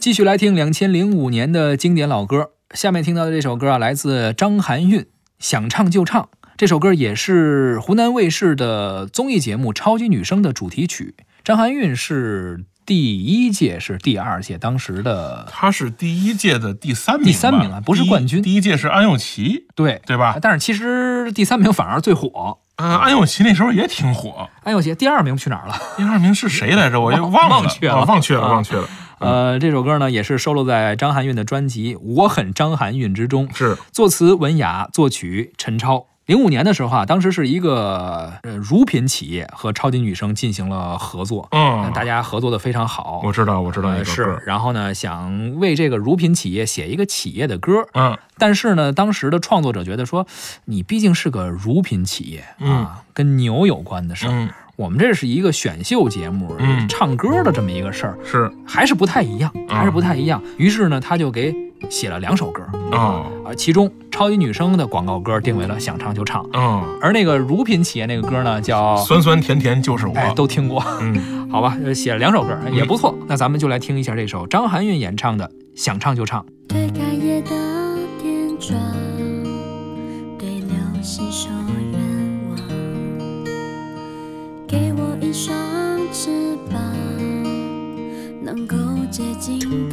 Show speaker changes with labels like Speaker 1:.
Speaker 1: 继续来听两千零五年的经典老歌，下面听到的这首歌啊，来自张含韵，《想唱就唱》。这首歌也是湖南卫视的综艺节目《超级女声》的主题曲。张含韵是第一届，是第二届，当时的
Speaker 2: 他是第一届的第三名吧，
Speaker 1: 第三名啊不是
Speaker 2: 第一
Speaker 1: 冠军
Speaker 2: 第一届是安又琪，
Speaker 1: 对啊
Speaker 2: 对吧？
Speaker 1: 但是其实第三名反而最火。
Speaker 2: 嗯，安又琪那时候也挺火，
Speaker 1: 安又琪第二名去哪儿了？
Speaker 2: 第二名是谁来着？我也
Speaker 1: 忘
Speaker 2: 忘
Speaker 1: 忘
Speaker 2: 了，
Speaker 1: 却了
Speaker 2: 啊忘却了，
Speaker 1: 啊
Speaker 2: 忘却了。
Speaker 1: 呃，这首歌呢也是收录在张含韵的专辑《我很张含韵》之中，
Speaker 2: 是
Speaker 1: 作词文雅，作曲陈超。零五年的时候啊，当时是一个呃乳品企业和超级女声进行了合作，
Speaker 2: 嗯
Speaker 1: 大家合作的非常好。
Speaker 2: 我知道，我知道那
Speaker 1: 呃
Speaker 2: 首歌
Speaker 1: 是，，然后呢，想为这个乳品企业写一个企业的歌，
Speaker 2: 嗯，
Speaker 1: 但是呢，当时的创作者觉得说，你毕竟是个乳品企业啊，
Speaker 2: 嗯
Speaker 1: 跟牛有关的事儿，
Speaker 2: 嗯
Speaker 1: 我们这是一个选秀节目，
Speaker 2: 嗯
Speaker 1: 唱歌的这么一个事儿，
Speaker 2: 是
Speaker 1: 还是不太一样，
Speaker 2: 啊
Speaker 1: 还是不太一样。于是呢，他就给写了两首歌，
Speaker 2: 哦
Speaker 1: 啊，其中超级女声的广告歌定为了想唱就唱，
Speaker 2: 哦，
Speaker 1: 而那个乳品企业那个歌呢叫，
Speaker 2: 酸酸甜甜就是我，
Speaker 1: 哎，都听过，
Speaker 2: 嗯，
Speaker 1: 好吧，呃写了两首歌哎也不错。那咱们就来听一下这首张含韵演唱的《想唱就唱》。
Speaker 3: 推开夜的天窗，对流星说愿望，给我一双翅膀，能够接近